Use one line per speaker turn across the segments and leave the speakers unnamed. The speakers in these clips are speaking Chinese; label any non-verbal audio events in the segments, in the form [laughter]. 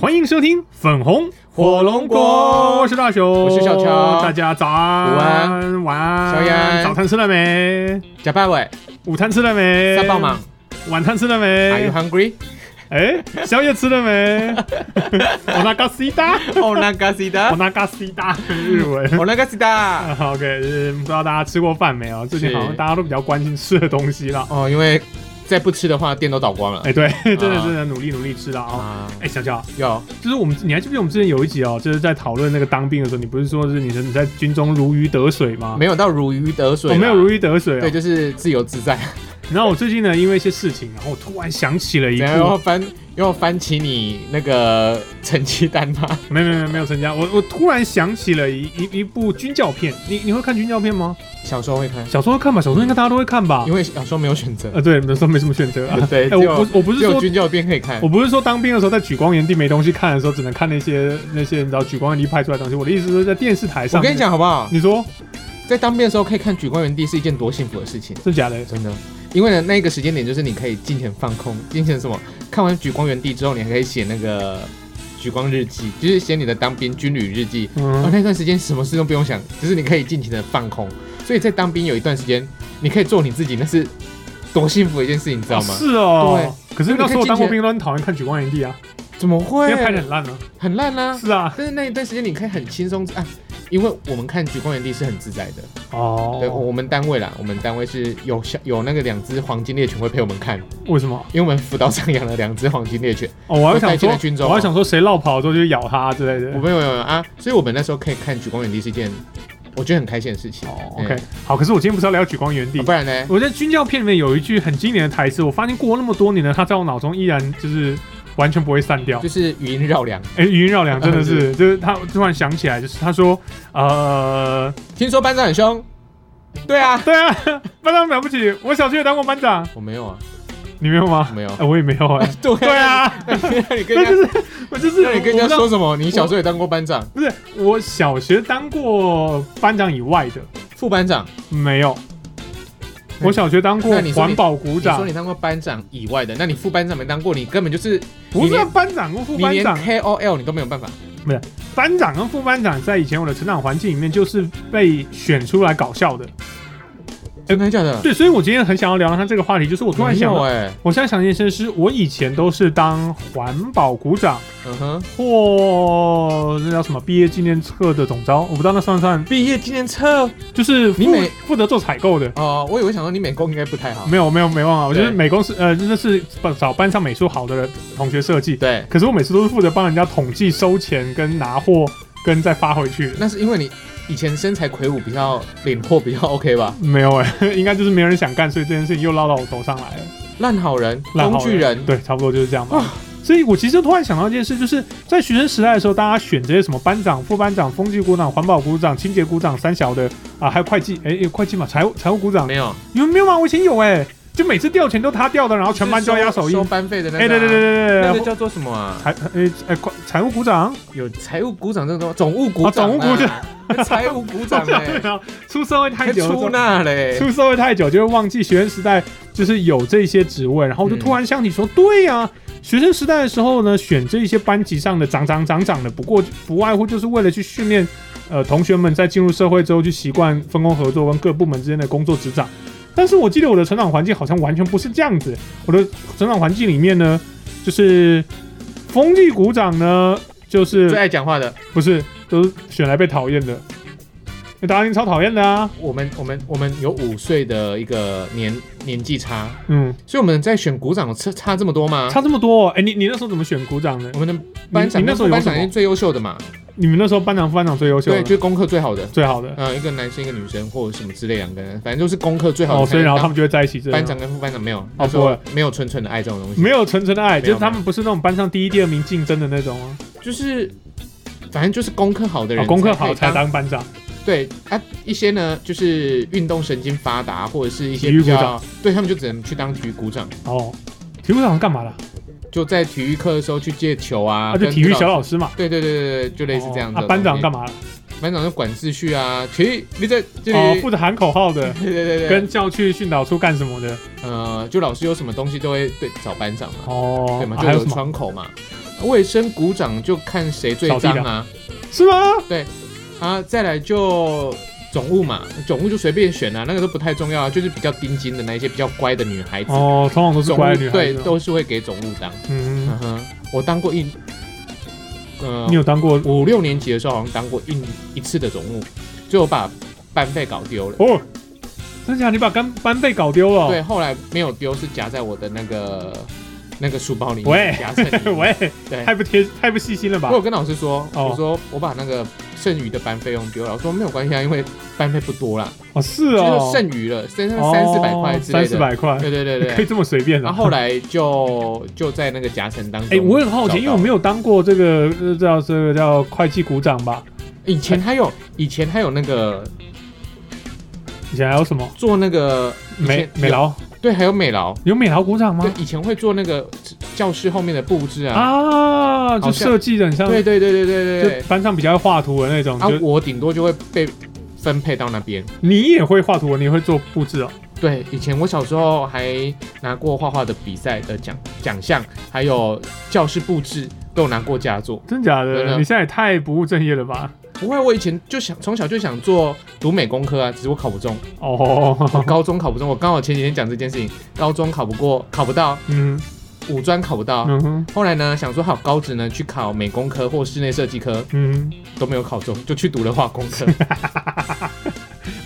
欢迎收听粉红
火龙果
我是大雄，
我是小乔
大家早安，
午安
晚安，
小燕
早餐吃了没？
假扮伟，
午餐吃了没？
三棒忙
晚餐吃了
，Are you
没？
hungry？
哎，宵夜吃了没？ [laughs] 我那嘎西达，
哦，那个是
我
的，
那嘎西达，日文。
[laughs]
[laughs]
哦，那个是的。
好 OK，嗯不知道大家吃过饭没啊有？最近
是
好像大家都比较关心吃的东西了。
哦，因为再不吃的话，店都倒光了
哎，对，真的真的努力努力吃了啊！
啊。
哎，小乔，
有，
就是我们，你还记不记得我们之前有一集哦，就是在讨论那个当兵的时候，你不是说是你你在军中如鱼得水吗？
没有到如鱼得水
我哦
啦？
没有如鱼得水
啊对，
哦。
就是自由自在。
然后我最近呢，因为一些事情，然后我突然想起了一
[laughs] 然后
部，
翻，又翻起你那个成绩单吗？
没有没有没有没有参加，我我突然想起了一一一部军教片。你你会看军教片吗？
小时候会看，
小时候看吧，小时候应该大家都会看吧
因。为小时候没有选择，
呃，对，没说没什么选择啊。
[laughs] 对，
哎，
只
我
有
不我不
只
是
有
说。
军教片可以看
我。不是说当兵的时候在举光原地没东西看的时候，只能看那些那些你知道举光原地拍出来的东西。我的意思是在电视台上。
我跟你，讲好不好？
你说
在当兵的时候可以看《举光原地》是一件多幸福的事情。
真假的？
真的，因为呢，那个时间点就是你可以尽情放空，尽情什么？看完《举光原地》之后，你还可以写那个《举光日记》，就是写你的当兵军旅日记。
嗯
哦，，那段时间什么事都不用想，就是你可以尽情的放空。所以在当兵有一段时间，你可以做你自己，那是多幸福的一件事情，你知道吗？
是哦，对。可是那时候我当过
所以你可以进去
兵都很讨厌看《举光原地》啊，
怎么
因
会
为？拍的很烂啊。
很烂啊！
是啊，
但是那一段时间你可以很轻松啊，因为我们看《举光原地》是很自在的。对，
哦，
我们单位啦，我们单位是有小有那个两只黄金猎犬会陪我们看。
为什么？
因为我们辅导上养了两只黄金猎
[laughs]
犬，
哦，我还
都
想
带进
说
了军，中
我还想说谁落跑之后就咬它之类
我
的。
没有没有没有啊，所以我们那时候可以看《举光远地》是一件我觉得很开心的事情。
哦
嗯
，OK，好，可是我今天不是要聊《举光原地
啊》。不然呢？
我在军教片里面有一句很经典的台词，我发现过了那么多年了，它在我脑中依然就是完全不会散掉。
就是语音绕梁。
哎，余音绕梁真的
[laughs]
是，就是他突然想起来，就是他说，呃，
听说班长很凶，对啊，
对啊，班长了不起，我小学也当过班长，
我没有啊，
你没有吗？
我没有啊
哎，我也没有哎。
对
对，啊，
[laughs] 那你跟
那
人
就
家，
是我就是
那你跟
我
人
不知
家
道
说什么？你小时候也当过班长、
不是我小学当过班长以外的
副班长，
没有，
那
我小学当过
哎那你说
环
你
保股
你说
长
你，当过班长以外的，那你副班长没当过，你根本就是
不是
你
啊
连
班长跟副
你
班
连
长，
KOL 你都没有办法。
班长跟副 [laughs] 班长在以前我的成长环境里面就是被选出来搞笑的。
啊真的假的？
呃对，所以我今天很想要聊他这个话题，就是我突然想
没有
到，
哎，
我现在想一件事，是我以前都是当环保股长
嗯哼，
或那叫什么毕业纪念册的总招，我不知道那算不算，
毕业纪念册
就是负
你每
负责做采购的。
哦，我以为想说你美工应该不太好。
没有没有没忘啊，我就是
对
美工是呃，就是是找班上美术好的人同学设计，
对，
可是我每次都是负责帮人家统计收钱跟拿货跟再发回去。
那是因为你以前身材魁梧，比较领货比较 OK 吧？
没有哎、 [laughs] 应该就是没人想干，所以这件事情又落到我头上来了。
烂好人，
嗯烂好
工具人，
对，差不多就是这样吧。
[laughs] 啊
所以我其实突然想到一件事，就是在学生时代的时候，大家选这些什么班长、副班长、风纪股长、环保股长、清洁股长、三小的啊，还有会计，哎、有会计嘛，财务财务股长，
嗯没有，
你们没有吗？我以前有哎、就每次调钱都他调的，然后全班都要压手印
收。班费的那
哎、
个啊，
对对对对对，
那个叫做什么啊？
财呃呃会财务股长，
有财务股长这种东西，总务股长啊，
啊总务股
长，财务股
[laughs]
长哎，
出社会太
还
久了之后
出，纳嘞，
出社会太久就会忘记学生时代就是有这些职位，然后我就
嗯
突然想起说，对呀、学生时代的时候呢，选这一些班级上的长长长长的，不过不外乎就是为了去训练，呃，同学们在进入社会之后去习惯分工合作跟各部门之间的工作职掌。但是我记得我的成长环境好像完全不是这样子，我的成长环境里面呢，就是风纪股长呢，就是
最爱讲话的，
不是，都是选来被讨厌的。那达林超讨厌的啊，
我们我们我们有五岁的一个年年纪差，
嗯，
所以我们在选股长差差这么多吗？
差这么多、哦。哎、你你那时候怎么选股长的？
我们的啊班长
你那时候
跟
有
班
什么
长是最优秀的嘛，
你们那时候班长、副班长最优秀
对，
的，
就是功课最好的。
最好的
呃，一个男生一个女生或者什么之类，两个人，反正就是功课最好的。
哦，所以然后他们就会在一起。这样
班长跟副班长没有，他说没有纯纯的爱这种东西，
没有纯纯的爱，
没
就
有
是他们不是那种班上第一、第二名竞争的那种啊。
就是反正就是功课好的
哦
人，
功课好才
当。
当班长。
对啊，一些呢就是运动神经发达或者是一些
体育
比
股长
较，对他们就只能去当体育股长，
哦，体育股长干嘛啦？
就在体育课的时候去借球啊，
啊，就
跟
体育
辅导
小。老师嘛，
对对对对对，就类似这样
哦
的。
啊，班长干？嘛啦？
班长就管秩序啊，体育你在这
哦，
里，
负责喊口号的，
对 [laughs] 对啊对对，
跟校区训导处干什么的？
呃，就老师有什么东西都会对找班长嘛，
哦
对，嘛，
啊
就
还有
有
什么？
窗口嘛，卫生股长就看谁最脏
扫地
啊
是吗？
啊，再来就总务嘛，总务就随便选啊，那个都不太重要啊，就是比较盯紧的那一些比较乖的女孩子，
哦，通常都是
总
乖
务
的女孩
对
子哦。
都是会给总务当。
嗯，
嗯哼，我当过一，呃
你，有当过
五六年级的时候好像当过一一次的总务，最后把班费搞丢了。
哦？真假？你把班班费搞丢了？
对，，后来没有丢，是夹在我的那个那个书包里
喂
面，夹层里面。
[laughs] 喂，
对，
太不贴太不细心了吧
我？有跟老师说，
哦
我说我把那个剩余的班费用丢了，我说没有关系啊，因为班费不多啦，
哦，是
就是
哦，
剩余了，剩下三四百块之类
三四
的。
百块，
对对对
可以
对。
这么随便
然
啊？
后后来就就在那个夹层当中找
哎，
到，
我很好奇，因为我没
有
有当过这个呃叫这个叫会计股长吧？
以前还有以前还有那个
以前还有什么
做那个以前
美
有
美劳？
对，还有美劳，
有美劳股长吗
对？，以前会做那个教室后面的布置啊，
啊，就
好像
设计的很像，
对对对对对对对
就，班上比较会画图的那种，
啊，
就
我顶多就会被分配到那边。
你也会画图，你也会做布置哦。
对，以前我小时候还拿过画画的比赛的奖奖项，还有教室布置都有拿过佳作。
真假的？
真的
你现在也太不务正业了吧？
不会，我以前就想从小就想做读美工科啊，只是我考不中，我
哦，
高中考不中。我刚好前几天讲这件事情，高中考不过，考不到，
嗯
五专考不到。
嗯哼
后来呢，想说好高职呢去考美工科或室内设计科，
嗯，
都没有考中，就去读了化工
[laughs]
科。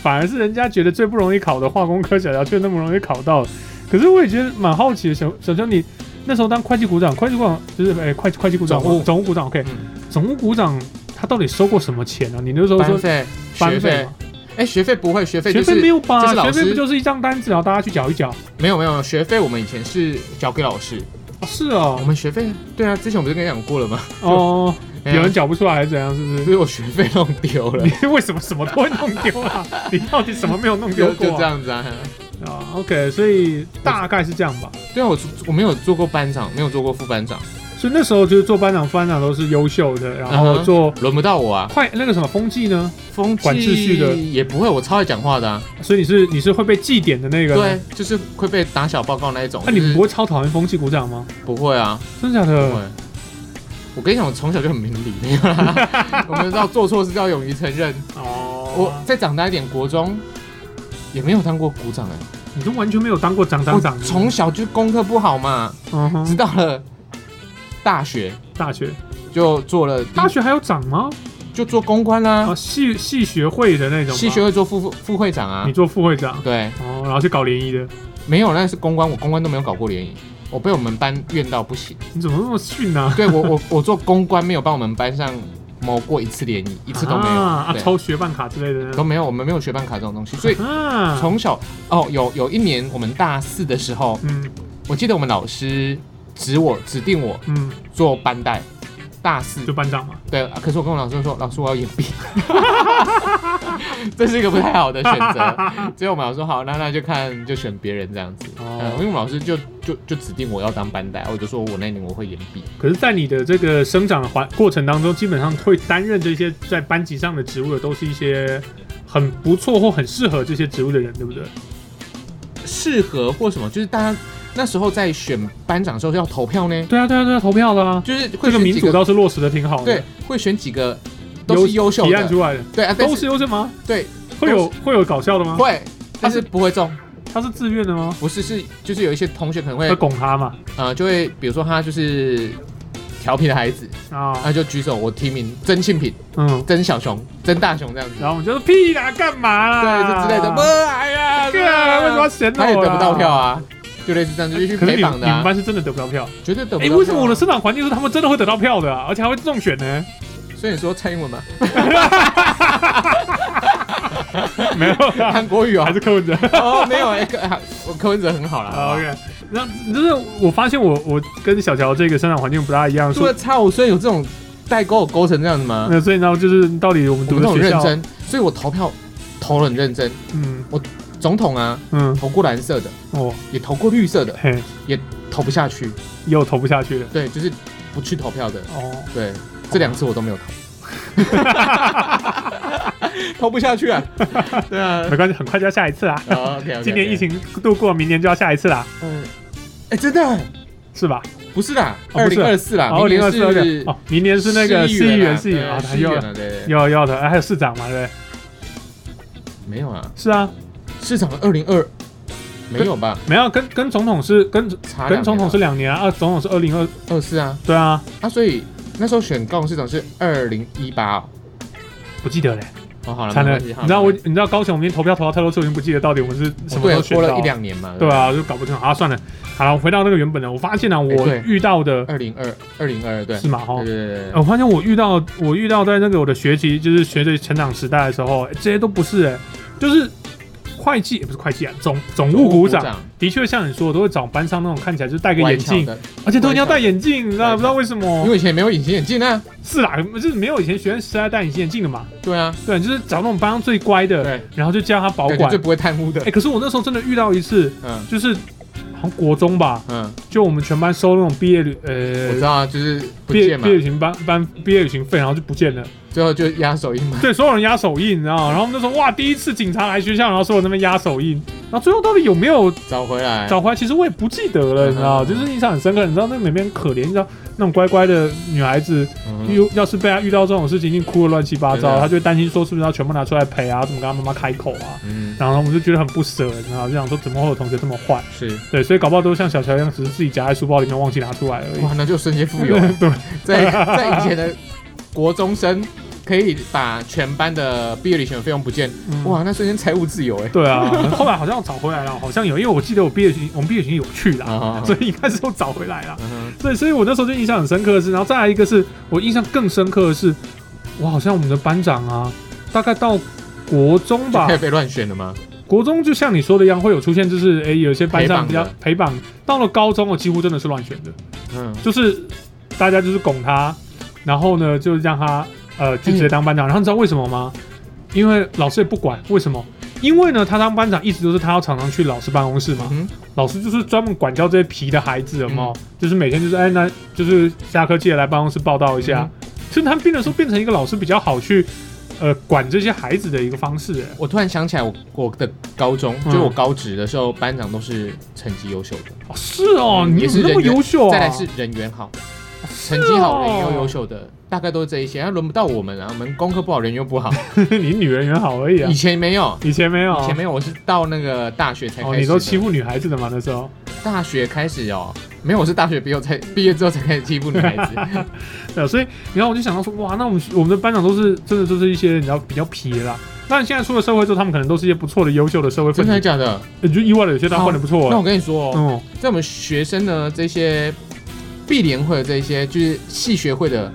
反而是人家觉得最不容易考的化工科小乔却那么容易考到。可是我也觉得蛮好奇的，小小乔你那时候当会计股长，会计股长就是哎、会计会计股长，
总务
总务股长 OK，、
嗯
总务股长他到底收过什么钱啊？你那时候
班
说
费、学
班
费
嘛，
哎、学费不会，学费
学
就
费没
是
有吧？
就是老
学费
师
不就是一张单子，然后大家去缴一缴？
没有没有学费，我们以前是交给老师。
哦是
我
哦，
们学费，对啊，之前我不是跟你讲过了吗？
哦，
哎呀
有人缴不出来还是怎样？是不是？ [laughs]
被我学费弄丢了，
你为什么什么都会弄丢啊？你到底什么没有弄丢
就
过
就
啊、
这样子啊。
啊，OK，所以大概是这样吧。
对啊，我我没有做过班长，没有做过副班长，
所以那时候就是做班长、副班长都是优秀的，然
嗯
后
哼
做
轮不到我啊。
快那个什么风纪呢？
风
管秩序的
也不会，我超爱讲话的啊。
所以你是你是会被记点的那个。。
对，就是会被打小报告那一种。
那、你
就是
们不会嗯超讨厌风纪鼓掌吗？
不会啊？
真的假
不
的？
会。我跟你讲，我从小就很明理，没
[laughs]
有啦。我们知道做错事要勇于承认。
哦
我再长大一点，国中也没有当过股长哎、
你都完全没有当过长
我
长长的。
从小就功课不好嘛，
嗯
直
哼，
到了大学
大学
嗯就做了第
大学还有长吗？
就做公关啦、
啊，系系学会的那种吗。
系学会做副副会长啊
你。做副会长。
对，
哦，然后去搞联谊的，
没有，那是公关，我公关都没有搞过联谊，我被我们班怨到不行。
你怎么那么逊呢、啊？
对我我我做公关没有帮我们班上谋过一次联谊，一
一
次都没有，
啊，
对
抽学办卡之类的
都
呢。
没有，我们没有学办卡这种东西，
[laughs]
所以。
啊，
从小哦，有有一年我们大四的时候，
嗯
我记得我们老师指我指定我
嗯，
做班带，大四
就班长嘛。
对，啊可是我跟我老师说，老师我要演 B，这是一个不太好的选
[laughs]
择。所以我们老师说好，那那就看就选别人这样子。
哦
嗯，因为我们老师就就就指定我要当班带，我就说我那年我会演 B。
可是，在你的这个生长的环过程当中，基本上会担任这些在班级上的职务的，都是一些很不错或很适合这些职务的人，对不对？
适合或什么，就是大家那时候在选班长的时候要投票呢，
对啊，对啊，对啊，投票的啊，
就是
这
会
个
选
民
几
主
个，
倒是落实的挺好的，
对，，会选几个都是优秀
提案
的，
出来的，
对啊，但
都是啊优秀吗？
对，
会有会有搞笑的吗？
会，但是不会中，
他是自愿的吗？
不是是就是有一些同学可能
会
会
拱他嘛？
呃就会比如说他就是调皮的孩子。
啊，
他就举手，我提名曾庆平、
嗯，
曾小熊、曾大熊这样子，
然后我们就说屁啦，干嘛
对，
啦？
就之类的。不，哎
[laughs]
呀，
对啊，为什么要嫌我？
[laughs] 他也得不到票。啊？就类似这样，就是去
可是
陪
你
绑
们你
的、
们
啊，
班是真的得不到票？
绝对得不到、啊
哎，为什么我的？生长环境是他们真的会得到票的啊，而且还会中选呢？
所以你说蔡英文
[laughs]
吗？
[laughs] 没有啦，
[laughs] 韩国语哦
啊还，是柯文哲？
哦，没有哎、柯啊我柯文哲很好啦。
[laughs]
好
啊
不好
OK，那就是我发现我我跟小乔这个生长环境不大一样，
除
所
了
以
差五岁有这种代沟有勾成这样子吗？
那所以呢，就是到底我们
啊
嗯读
我们
的
都很
学
认
校，
真，所以我投票投得很认真。
嗯
总统啊，
嗯
投过蓝色的，
哦
也投过绿色的，
嘿，
投不下去。
又投不下去了
对，就是不去投票的。
哦，
对，这两次我
[laughs]
都没有投， [laughs] 投不下去啊。对
[laughs]
啊。
没关系，很快就要下一次啦。
哦，OK，OK，OK
今年疫，情度过，明年就要下一次啦，
嗯，哎，真的，
是吧？
不是啦，
哦
二
不是
零二四啦，
哦，
啊明
零二
年
四二
是
哦，明年是那个市
议
议
员
员，
啊
市议员
对
啊，他
市议
又
员啊，对，对
要要的，哎还有市长嘛，对不对？
没有啊，
是啊，
市长二零二没有吧？
没有啊跟跟总统是跟
查
跟总统是两年啊，啊总统是二零二，
二四啊，
对啊，
啊，所以那时候选高雄市长是二零一八哦。
不记得嘞，
哦，好了，
惨
没
了。
关
你
系好
知道我，
没
你知道高雄我们连投票投到太多次，我已经不记得到底我们是什么时
关
候
系
选
哦对拖
到啊
了一。两年嘛？
对，啊，就搞不清楚啊，算了，好了，我回到那个原本的，我发现啊，我
哎对
遇到的
二零二二零二对，
是嘛哈
对，对对对
呃我发现我遇到我遇到在那个我的学习就是学习成长时代的时候，欸这些都不是、欸，就是会计也不是会计啊，总总务股长，的确像你说的，都会找班上那种看起来就戴个眼
歪
镜哦
翘，的，
而且都一定要戴眼镜，你知道
歪
不
翘
知道为什
因
么？
为以前没有隐形眼镜啊。
是啦，就是没有以前学生时代戴隐形眼镜的嘛，
对啊，
对，就是找那种班上最乖的，
对，
然后就叫他保
感觉
管
最。不会贪污
[laughs]
的
哎、。可是我那时候真的遇到一次，
嗯
就是好像国中吧，
嗯，
就我们全班收那种毕业旅
我知
呃
道啊，就是不
毕业
见
毕
嘛
业，旅行班班毕业旅行费，然后就不见了。
最后就压手印嘛。
对，所有人压手印，你知道吗？然后我们就说，哇，第一次警察来学校，然后所有人在那边压手印，然后最后到底有没有
找回来。
找回来，其实我也不记得了，你知道吗，就是印象很深刻。你知道那里面可怜，你知道那种乖乖的女孩子，
嗯
遇要是被她遇到这种事情，一定哭得乱七八
对
糟，
啊
她就会担心说是不是要全部拿出来赔啊，怎么跟她妈妈开口啊。
嗯，
然后我们就觉得很不舍，你知道吗，就想说怎么会有同学这么坏？
是
对，所以搞不好都像小乔一样，只是自己夹在书包里面忘记拿出来而
哇，
已。
那就瞬间富
[laughs]
有。啊 [laughs] 欸
对，
在在以前的国中生，可以把全班的毕业旅行的费用不见，
嗯
哇，那瞬间财务自由哎、
对啊，后来好像找回来了，好像有，因为我记得我毕业旅行，我们毕业旅行有去啦，
啊
[laughs] 所以应该是都找回来了。
嗯哼
对，所以我那时候就印象很深刻的是，然后再来一个是我印象更深刻的是，我好像我们的班长啊，大概到国中
就
吧
可以，被乱选了吗？
国中就像你说的一样，会有出现就是诶，有些班上比较陪绑，到了高中我几乎真的是乱选的，
嗯，
就是大家就是拱他，然后呢就让他呃去直接当班长，然后你知道为什么吗？因为老师也不管，为什么？因为呢，他当班长一直都是他要常常去老师办公室嘛，
嗯
老师就是专门管教这些皮的孩子，有没有？就是每天就是哎，那就是下课记得来办公室报道一下。
嗯
所以他们变得说变成一个老师比较好去，呃，管这些孩子的一个方式。哎
我突然想起来我，我的高中，
嗯
就我高职的时候，班长都是成绩优秀的，
哦，是哦，
嗯
你
也
怎
是
么那
人
么
员
优秀啊？
再来是人缘好，成绩好，人又优秀的，大概都是这一些。那轮不到我们啊，我们功课不好，人又不 [laughs] 好。
[laughs] 你女人缘好而已啊
以，前没有，
以前没有，
以前没有，我啊是到那个大学才开始
哦，
的。
你都欺负女孩子的嘛那时候。
大学开始哦，没有，我是大学毕业才毕业之后才开始欺负女孩子。
对，啊所以然后我就想到说，哇，那我们我们的班长都是真的就是一些你知道比较皮的啦。但现在出了社会之后，他们可能都是一些不错的、优秀的社会分
真的
子，
假的？
你就意外的有些他混的不错、
那
欸。
我跟你说哦，
嗯，
在我们学生呢这些毕联会的这些就是系学会的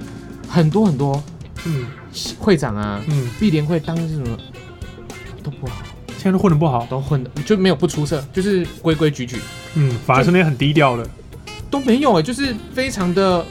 很多很多
嗯
系会长啊，
嗯，
毕联会当什么都不好，
现在都混的不好。
都混的就没有不出色，就是规规矩矩
嗯，反而是那些很低调的。
都没有哎，就是非常的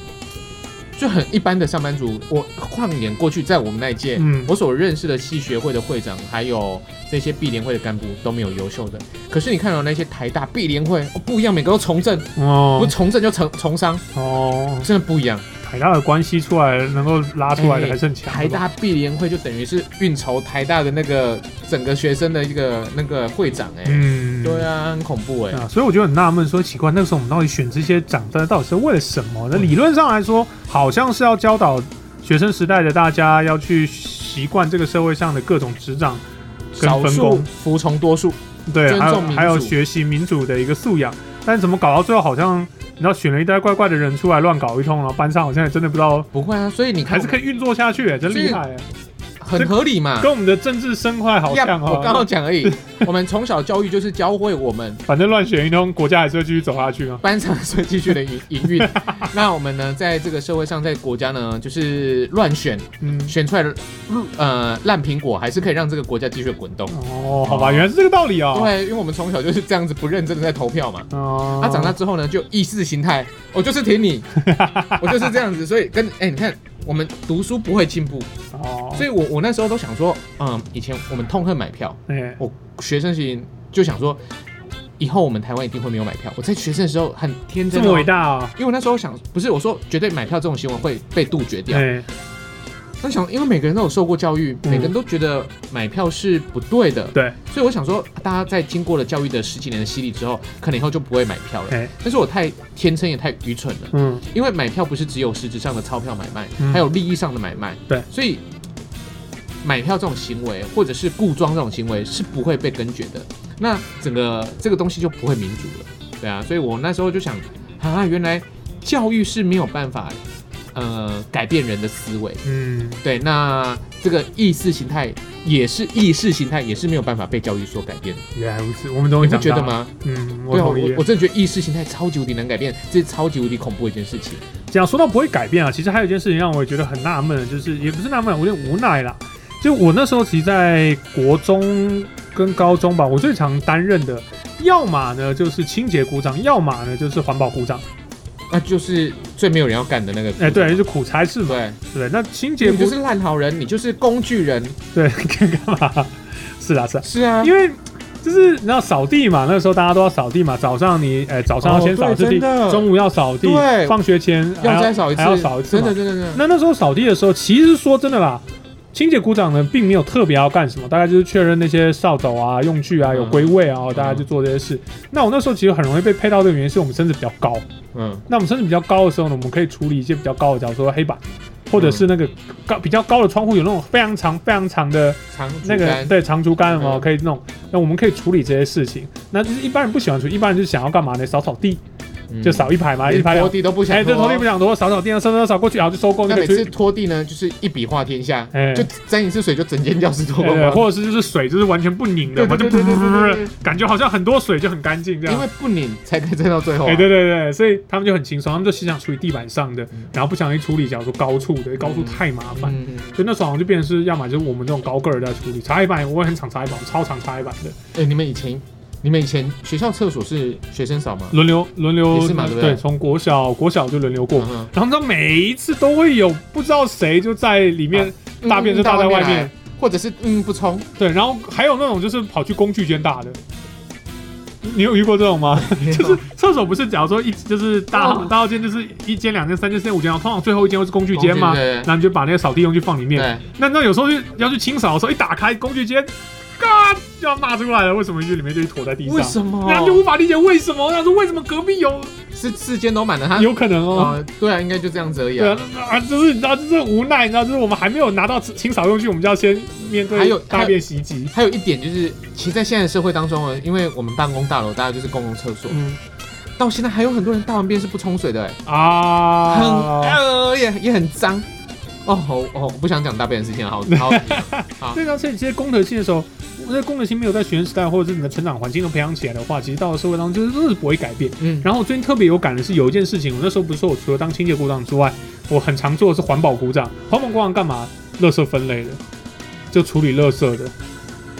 就很一般的上班族。我放眼过去，在我们那一届，
嗯
我所认识的系学会的会长，还有这些毕联会的干部都没有优秀的。可是你看哦到那些台大毕联会、哦、不一样，每个都从政，不
哦
是从政就从从商，
哦，
真的不一样。
台大的关系出来能够拉出来的
哎
还是很强的吧。
台大毕联会就等于是运筹台大的那个整个学生的一个那个会长哎、
嗯，
对啊，很恐怖哎、
啊，所以我就很纳闷，说奇怪，那时候我们到底选这些长官到底是为了什么？那
嗯
理论上来说，好像是要教导学生时代的大家要去习惯这个社会上的各种职掌，跟
少
分
数
工
服从多数，
对，
尊
还有
重民
还有
主
学习民主的一个素养。但是怎么搞到最后，好像你知道选了一堆怪怪的人出来乱搞一通，然后班上好像也真的不知
[laughs]
道，
不会啊，所以你看
还是可以运作下去、欸，真厉害、欸，
很合理嘛。
跟我们的政治生态好
啊呀
像哦。
我刚好
[laughs]
讲而已。我们从小教育就是教会我们
反正乱选一通，国家还是会继续走下去啊嘛。
班上是继续的营营
[laughs]
运。那我们呢，在这个社会上，在国家呢，就是乱选
嗯，
选出来的呃烂苹果，还是可以让这个国家继续滚动。
哦，好吧，原来是这个道理啊、哦。
对，因为我们从小就是这样子不认真的在投票嘛。
哦
他、长大之后呢，就意识形态，我就是
[laughs]
挺你，我就是这样子，所以跟哎、你看，我们读书不会进步，
哦，
所以我我那时候都想说，嗯，以前我们痛恨买票，
哎，
我学生时期就想说，以后我们台湾一定会没有买票。我在学生的时候很天
这
真、
么
哦
伟，大啊！
因为我那时候想，不是我说绝对买票这种行为会被杜绝掉，
哎，
那想，因为每个人都有受过教育，
嗯
每个人都觉得买票是不对的，
对，
所以我想说，大家在经过了教育的十几年的洗礼之后，可能以后就不会买票了。
哎，
但是我太天真也太愚蠢了，
嗯，
因为买票不是只有实质上的钞票买卖，
嗯
还有利益上的买卖。
对，
所以买票这种行为，或者是固装这种行为，是不会被根绝的。那整个这个东西就不会民主了。对啊，所以我那时候就想，啊，原来教育是没有办法，呃，改变人的思维。
嗯，
对，那这个意识形态也是意识形态，也是没有办法被教育所改变的。
原来如此，我们终
你
于
不
长
觉
大
得
了。
吗？
嗯，我
对啊，
同
我
意。
我真的觉得意识形态超级无敌难改变，这是超级无敌恐怖的一件事情。
讲说到不会改变啊，其实还有一件事情让我也觉得很纳闷的，就是也不是纳闷，啊我有点无奈啦。就我那时候其实，在国中跟高中吧，我最常担任的，要么呢就是清洁股长，要么呢就是环保股长。
那就是最没有人要干的那个。
哎、对，就是苦差事嘛，
对，
对不对？那清洁
你
股
就是烂好人，你就是工具人。
对干嘛？是啦是啦，
是啊，
因为就是你知道扫地嘛，那时候大家都要扫地嘛，早上你哎、早上要先扫一次
哦对
地，
真的
中午要扫地，
对
放学前还
要再扫一次，
还要扫一次嘛
真的真的真的。
那那时候扫地的时候，其实说真的啦，清洁股长呢并没有特别要干什么，大概就是确认那些扫帚啊、用具
嗯
啊有归位啊，大家就做这些事。那我那时候其实很容易被配到的原因是我们身子比较高。
嗯，
那我们身子比较高的时候呢，我们可以处理一些比较高的，假如说黑板，或
嗯
者是那个高比较高的窗户有那种非常长、非常长的
长竹
那个
竿
对长竹竿哦，
嗯
可以弄。那我们可以处理这些事情。那就是一般人不喜欢处理，一般人就是想要干嘛呢？扫扫地，
嗯
就扫一排嘛，一
连
排两
拖。地都不想
哎，这
拖
头地不想多，扫扫地，啊扫扫扫过去，然后就收购那个
那每
去
次拖地呢，就是一笔画天下，
哎
就沾一次水就整间教室都
对
光
对，
光。
哎或者是就是水就是完全不拧的，
对
我就
对对对对对对
感觉好像很多水就很干净这
因为
样。
不拧才可以站到最后啊。
哎，对对对，所以他们就很轻松，他们就只想处理地板上的
嗯，
然后不想去处理，假如说高处的，高处太麻烦。
嗯，嗯嗯
所以那时候好像就变成是，要么就是我们这种高个儿在处理茶叶板，我也很常茶叶板，我超常茶叶板的，
哎，你们以前你们以前学校厕所是学生扫吗？
轮流轮流
也是嘛对不对
对，从国小国小就轮流过
嗯，哼
然后他每一次都会有不知道谁就在里
啊
面，大
嗯
便就大在外面，
来或者是嗯不冲，
对，然后还有那种就是跑去工具间大的，你你有遇过这种吗？ [laughs] 就是厕所不是，假如说一就是大
哦
大号间就是一间、两间、三间、四间、五间，然后通常最后一间会是工具间嘛，
对对
然后你就把那个扫地用具放里
对
面。
对，
那那有时候就要去清扫的时候，一打开工具间，嘎就要骂出来了，为什么就里面就一坨在地上？
为什么？
然后就无法理解为什么，那说为什么隔壁有
是四间都满了，他
有可能哦。
啊，对啊，应该就这样子而已
对
啊
啊。，啊，就是你知道，就是无奈，你知道，就是我们还没有拿到清扫用具，我们就要先面
还
对
有
大便袭击。
还有一点就是，其实，在现在的社会当中啊，因为我们办公大楼大家就是公共厕所，
嗯
到现在还有很多人大完便是不冲水的、欸，
啊，
很呃也也很脏。哦哦哦，我不想讲大便的事
[laughs]
情了，好好，
对啊，所以这些功德性的时候，这些功德性没有在学生时代或者是你的成长环境中培养起来的话，其实到了社会当中，就是真的是不会改变。
嗯，
然后我最近特别有感的是有一件事情，我那时候不是说我除了当清洁股长之外，我很常做的是环保股长。环保股长干嘛？垃圾分类的，就处理垃圾的。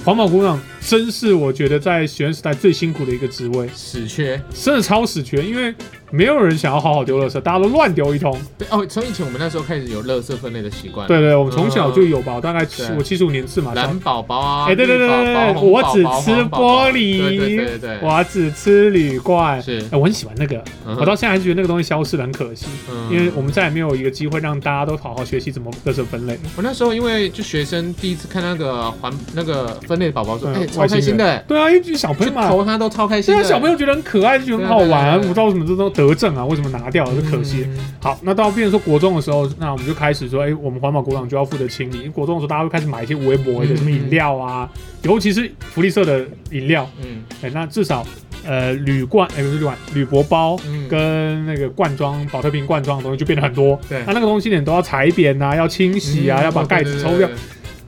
环保股长真是我觉得在学生时代最辛苦的一个职位，
屎缺。
真的超死缺，因为没有人想要好好丢垃圾，大家都乱丢一通。
对哦，从以前我们那时候开始有垃圾分类的习惯，
对对，我们从小就有吧，我大概七
对
我七十五年次嘛，
蓝宝宝啊，
哎对对
绿宝宝
对对对
红宝宝
我只吃
黄宝宝
玻璃
对对对对对，
我只吃铝罐。
是
哎、，我很喜欢那个，
嗯
我到现在还是觉得那个东西消失的很可惜，
嗯
因为我们再也没有一个机会让大家都好好学习怎么各自分类。
我那时候因为就学生第一次看那个环那个分类宝宝说，
嗯
哎，超开心的，哎
对啊，因为小朋
去
友嘛，
投他都超开心
现
的，
在小朋友觉得很可爱，就觉得很好
对啊对啊
玩，
对啊
不知道为什么这都得证啊，为什么拿掉了，就可惜。
嗯
好，那到变成说国中的时候，那我们就开始说，哎、我们环保股长就要负责清理。因为国中的时候，大家会开始买一些微博的
嗯
什么饮料啊，尤其是福利社的饮料，
嗯
哎、那至少呃铝罐，哎、不是铝罐，铝箔包。
嗯
跟那个罐装保特瓶罐装的东西就变得很多，
对
那那个东西呢你都要裁扁啊，要清洗啊，
嗯
要把盖子抽掉，，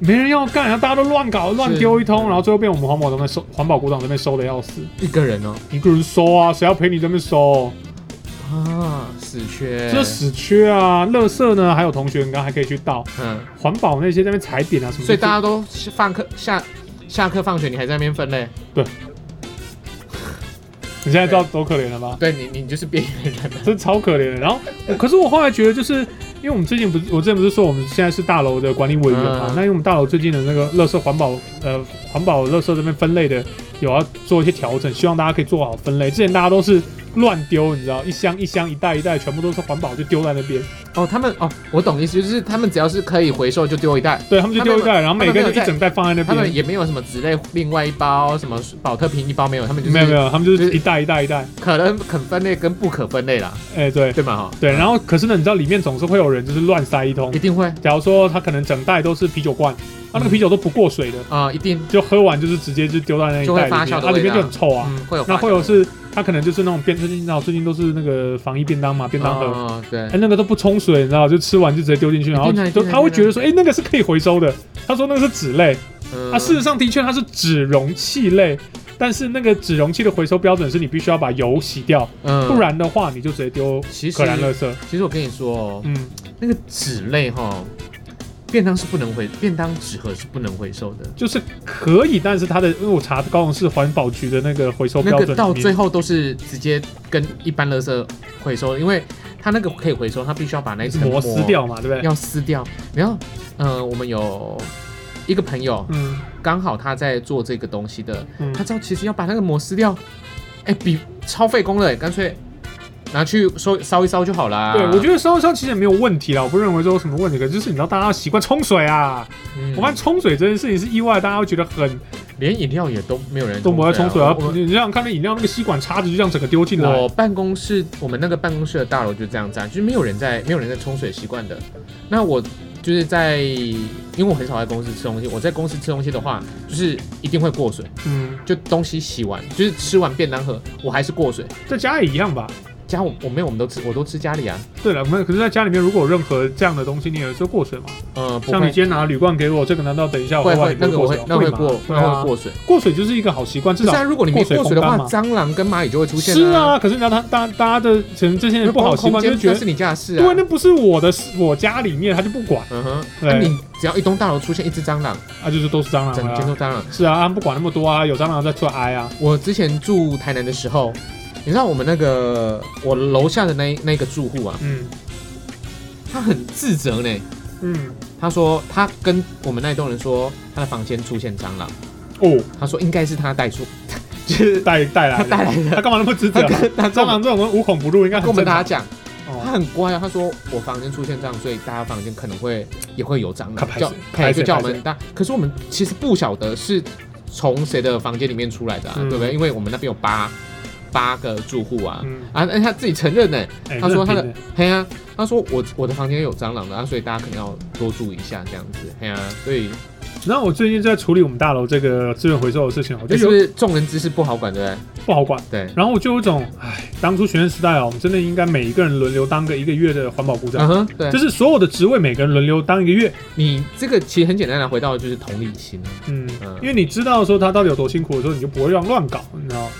没人要干，然后大家都乱搞乱丢一通，然后最后变我们环保这边收，环保股长这边收的要死，
一个人哦，
一个人收啊，谁要陪你这边收？
啊，死缺，
这死缺啊，垃圾呢，还有同学你刚刚还可以去倒，
嗯，
环保那些在那边踩点啊什么的，
所以大家都放课下下课放学，你还在那边分类，
你现在知道多可怜了吧？
对你你就是边缘人，
真的超可怜的。然后，我可是我后来觉得，就是因为我们最近不是，我之前不是说我们现在是大楼的管理委员嘛？
嗯
那因为我们大楼最近的那个垃圾环保，呃，环保垃圾这边分类的有要做一些调整，希望大家可以做好分类。之前大家都是乱丢，你知道，一箱一箱一袋一袋，全部都是环保就丢在那边。
[laughs] 哦，他们哦，我懂意思，就是他们只要是可以回收就丢一袋，
对他们就丢一袋，然后每个
他
人
们没
一
有
整袋放在那
他们
边。
也没有什么纸类另外一包，什么保特瓶一包没有，他们就是
没有没有，他们就
就是是
一袋一袋一袋。
可能肯分类跟不可分类啦，
哎，对
对吗？哈，
对，然后可是呢，你知道里面总是会有人就是乱塞一通
一。定会
假如说他可能整袋都是啤酒罐，他那个啤酒都不过水的，
啊、一定
就喝完就是直接就丢到那一
就会
袋里
发
面，
酵的
它里面
味道
就很臭啊。
嗯会有发酵，
那会有是它可能就是那种便，最近你知道最近都是那个防疫便当嘛，便当盒。
哦对
哎、，那个都不冲水，你知道，就吃完就直接丢进去，然后
一定的
就
一定的
他会
一定的
觉得说，哎、那个是可以回收的。他说那个是纸类，
嗯
啊，事实上的确它是纸容器类，但是那个纸容器的回收标准是你必须要把油洗掉，
嗯
不然的话你就直接丢
其实
可燃垃圾。
其实我跟你说哦，
嗯，
那个纸类哈，便当是不能回，便当纸盒是不能回收的，
就是可以，但是它的，因为我查高雄市环保局的那个回收标
那
准里
个
面，
到最后都是直接跟一般垃圾回收，因为它那个可以回收，它必须要把那一层
磨撕，掉嘛，对不对？
要撕掉。然后，呃，我们有一个朋友，
嗯
刚好他在做这个东西的，
嗯
他，知道其实要把那个膜撕掉，哎，比超费工的，哎干脆拿去收烧一烧就好啦。
对，我觉得烧一烧其实也没有问题啦，我不认为说有什么问题，可是就是你知道大家要习惯冲水啊，
嗯
我发现冲水这件事情是意外，大家会觉得很
连饮料也都没有人
都不爱冲水啊
我我，
你你想想看那饮料那个吸管插着就这样整个丢进来
我，办公室，我们那个办公室的大楼就这样子啊，就是没有人在，没有人在冲水习惯的。那我就是在，因为我很少在公司吃东西，我在公司吃东西的话，就是一定会过水，
嗯，
就东西洗完，就是吃完便当盒，我还是过水。
在家也一样吧。
家我我没有，我们都吃，我都吃家里啊。
对了，没有，可是在家里面如果有任何这样的东西，你也是过水嘛？
呃，不
像你
会，
今天拿铝罐给我，这个难道等一下我
会
喝完
会
你，
那个我
过水
会
吗？，
那会
吗
过，
对
那
啊
会，过水。
过水就是一个好习惯，至
不是啊，
少
如果你没
过水
过水的
烘
话
干，嘛
蟑螂跟蚂蚁就会出现。
是，啊。可是你知道他，大大家的可能这些
那
人不好习
空
惯，就
间
觉
那
得
是你家的事啊。
对，那不是我的事，我家里面他就不管，
嗯哼，那、
对
你只要一栋大楼出现一只蟑螂，
啊，就是都是蟑螂
整
了
间
啊。
都蟑螂。
是啊，他们不管那么多啊，有蟑螂再出来挨啊。
我之前住台南的时候，你知道我们那个我楼下的那那个住户啊，
嗯
他很自责呢。
嗯，
他说他跟我们那一栋人说，他的房间出现蟑螂，
哦，
他说应该是他带出， [laughs] 就是
带带来
他
的
带来的。
他干嘛那么自责
他？跟他
蟑螂这种东西无孔不入，应该
他
很
跟我
正
们大家
常。
讲，他
哦，
很乖啊。他说我房间出现蟑螂，所以大家房间可能会也会有蟑
他
螂，
拍
叫
谁
可能
拍
就
谁
叫我
拍
们大。可是我们其实不晓得是从谁的房间里面出来的、啊，
嗯
对不对？因为我们那边有八八个住户啊，
嗯，
啊，那他自己承认呢、
哎
他说他的
这很拼
嘿呀、他说我我的房间有蟑螂的啊，所以大家可能要多注意一下这样子。嘿呀、所以
然后我最近在处理我们大楼这个资源回收的事情，我
这
就是有
不是众人之事不好管，对不
不好管。
对？对，
然后我就有一种，唉，当初学生时代啊，我们真的应该每一个人轮流当个一个月的环保股
嗯
长，
哼，对
就，是所有的职位每个人轮流当一个月。
你这个其实很简单的啊回到就是同理心，
嗯
嗯，
因为你知道说他到底有多辛苦的时候，你就不会让乱搞，你知道吗。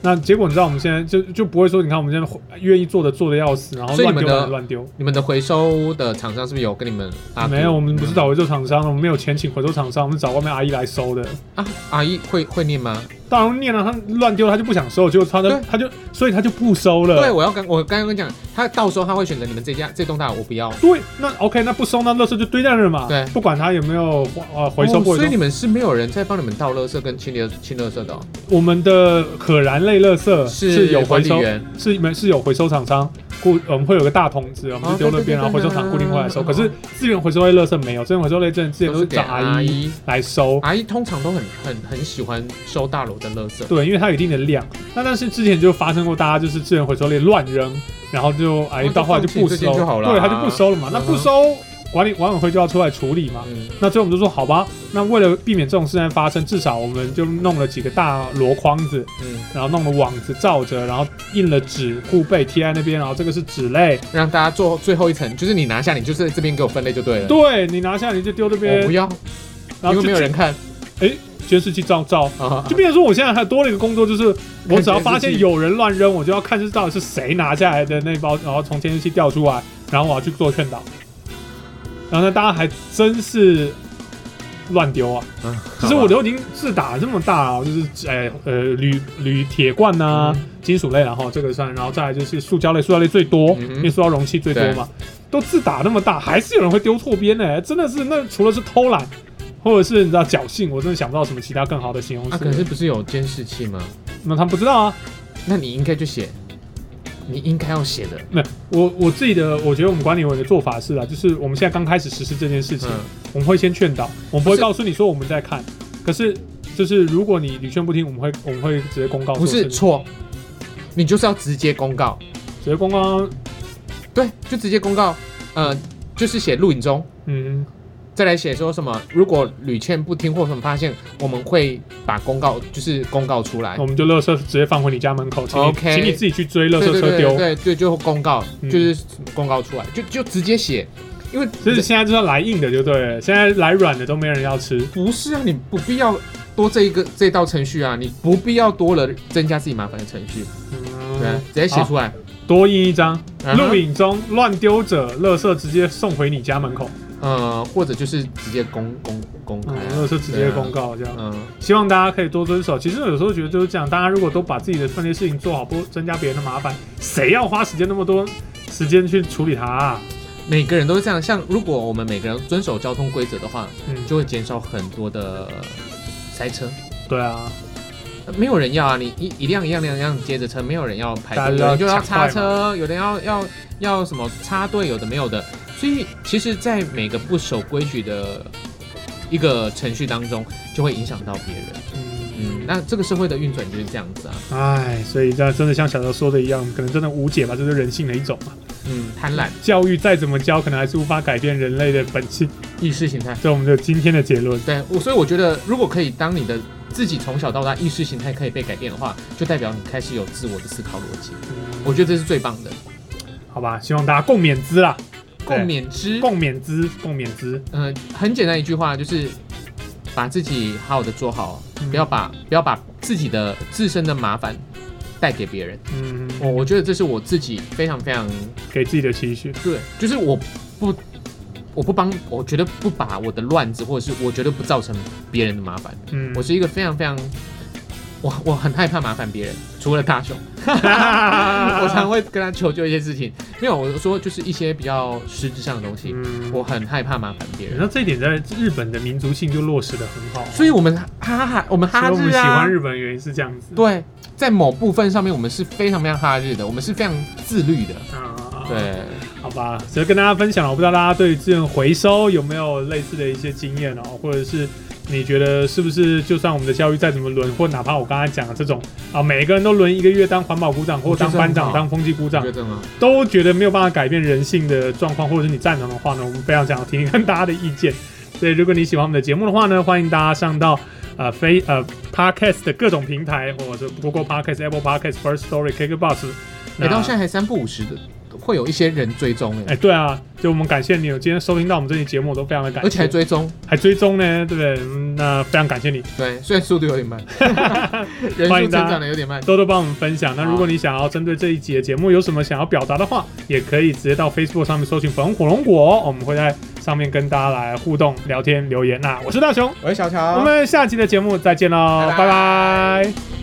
那结果你知道我们现在就就不会说，你看我们现在愿意做的做的要死，然后
所以
乱
你们
丢
的
的乱丢。
你们的回收的厂商是不是有跟你们啊？
没有，我们不是找回收厂商，我们没有钱请回收厂商，我们找外面阿姨来收的。
啊？阿姨会会念吗？
大龙念了，他乱丢，他就不想收，结果他
对
就他就所以他就不收
对，
了。
我要跟我刚刚跟你讲，他到时候他会选择你们这家这栋大楼，我不要。
对，那 OK，那不收那垃圾就堆在那儿嘛，
对
不管他有没有呃回收
哦
不
所
回
以
收
你。们是没有人在帮你们倒垃圾跟清理清垃圾的、哦，
我们的可燃类垃圾呃有回
管理
收，
员。
是没是有回收厂商固，呃我们会有个大桶子，我们就丢那边，然后回收厂固定回来收。可是资源回收类垃圾没有，资源回收类真的之嗯前都
是
是
给
找阿姨
姨，
来收。
阿姨通常都很很很喜欢收大楼的垃圾。
对，因为它有一定的量。那但是之前就发生过，大家就是资源回收类乱扔，然后就阿姨
那就
到后来就不
放弃这件
收，
就好啦
对，他就不收了嘛。那
嗯哼
不收，管理管委会就要出来处理嘛。
嗯，
那最后我们就说好吧，那为了避免这种事情发生，至少我们就弄了几个大箩筐子，
嗯，
然后弄了网子罩着，然后印了纸护背贴在那边，然后这个是纸类，
让大家做最后一层，就是你拿下，你就是这边给我分类就对了。
对你拿下你就丢这边
我不，要，
然后
因为
就
没有人看
监视器照照。
啊
就。变成说，我现在还多了一个工作，就是我只要发
监
现
视器
有人乱扔，我就要看是到底是谁拿下来的那包，然后从监视器调出来，然后我要去做劝导。然后呢，大家还真是乱丢啊！
嗯
其实我都已经自打这么大了，就是呃呃铝铝铁罐呐、
嗯
金属类，然后这个算，然后再来就是塑胶类，塑胶类最多，
嗯哼
因为塑胶容器最多嘛。都自打那么大，还是有人会丢错边呢、真的是那除了是偷懒，或者是你知道侥幸，我真的想不到什么其他更好的形容
啊，
词。
可是不是有监视器吗？
那他们不知道啊，
那你应该就写你应该要写的。
那我我自己的，我觉得我们管理委员的做法是啦，就是我们现在刚开始实施这件事情，
嗯
我们会先劝导，我们不
不
会
是
告诉你说我们在看，可是就是如果你屡劝不听，我们会我们会直接公告，
不是错，你就是要直接公告，
直接公告，
对，就直接公告，呃，就是写录影中，
嗯，
再来写说什么，如果屡劝不听或什么发现，我们会把公告就是公告出来
那我。们就垃圾直接放回你家门口，请你
哎 OK
请你自己去追垃
对
圾
对
车
对
丢，
对对，就公告，
嗯
就是公告出来，就就直接写，因为
就是现在就是要来硬的就对了，现在来软的都没人要吃，
不是啊，你不必要多这一个这道程序啊，你不必要多了增加自己麻烦的程序，对啊
嗯，，
直接写出来。
多印一张，
嗯哼
录影中乱丢者，垃圾直接送回你家门口，
呃，或者就是直接公公公开
嗯
啊，，
垃圾直接公告这样。
对啊。嗯，
希望大家可以多遵守。其实有时候觉得就是这样，大家如果都把自己的分内事情做好，不增加别人的麻烦，谁要花时间那么多时间去处理它、啊？
每个人都是这样。像如果我们每个人遵守交通规则的话，
嗯，
就会减少很多的塞车。
对啊，
呃没有人要啊，你一一辆一辆一辆一辆接着车，没有人要排
大家
队，
就
有
要
人就要
抢快
插
嘛
车，有人要要要什么插队，有的没有的。所以其实，在每个不守规矩的一个程序当中，就会影响到别人。嗯，
嗯，
那这个社会的运转就是这样子啊。
哎，所以这样真的像小时候说的一样，可能真的无解吧，这是人性的一种嘛。
嗯，贪婪、
教育再怎么教，可能还是无法改变人类的本性。
意识形态。
这是我们的今天的结论。
对，我所以我觉得，如果可以当你的自己从小到大意识形态可以被改变的话，就代表你开始有自我的思考逻辑。
嗯
我觉得这是最棒的，
好吧，希望大家共勉之啦，对
共勉之。
共勉之，共勉之。
嗯、很简单一句话就是，把自己好好的做好，
嗯
不要把不要把自己的自身的麻烦带给别人。
嗯，
我我觉得这是我自己非常非常
给自己的期许。
对，就是我不我不帮，我绝对不把我的乱子，或者是我绝对不造成别人的麻烦。
嗯， [laughs]
我是一个非常非常，我我很害怕麻烦别人，除了大雄，
啊
我常会跟他求救一些事情。没有，我说就是一些比较实质上的东西，
嗯
我很害怕麻烦别人，
那这一点在日本的民族性就落实的很好，啊
所以我们哈哈，我们哈
所以我们
日
喜
啊
欢，日本的原因是这样子。
对，在某部分上面我们是非常非常哈日的，我们是非常自律的，
啊，
对，
好吧，只是跟大家分享了，我不知道大家对资源回收有没有类似的一些经验哦，或者是你觉得是不是就算我们的教育再怎么轮，或哪怕我刚才讲的这种啊，每个人都轮一个月当环保股长或
我觉
当
得
班
很
长、
好
当风纪股
我
长
觉，得吗？
都觉得没有办法改变人性的状况，或者是你赞同的话呢，我们非常想要听听看大家的意见。所以，如果你喜欢我们的节目的话呢，欢迎大家上到呃非呃 Podcast 的各种平台，或者是 Google Podcast、Apple Podcast、First Story、KKBox。
每到现
在，
在还三不五十的，会有一些人追踪哎、
哎，对啊，就我们感谢你有今天收听到我们这期节目，我都非常的感谢，
而且还追踪，
还追踪呢，对不对？嗯那非常感谢你，
对，虽然速度有
[laughs]
点慢，人数
欢迎
成
大家
长的有点慢，
多多帮我们分享。那如果你想要针对这一集的节目有什么想要表达的话，也可以直接到 Facebook 上面搜寻“粉红火龙果”，我们会在上面跟大家来互动、聊天、留言。那我是大雄，
我是小乔
我们下期的节目再见喽，
拜拜
拜拜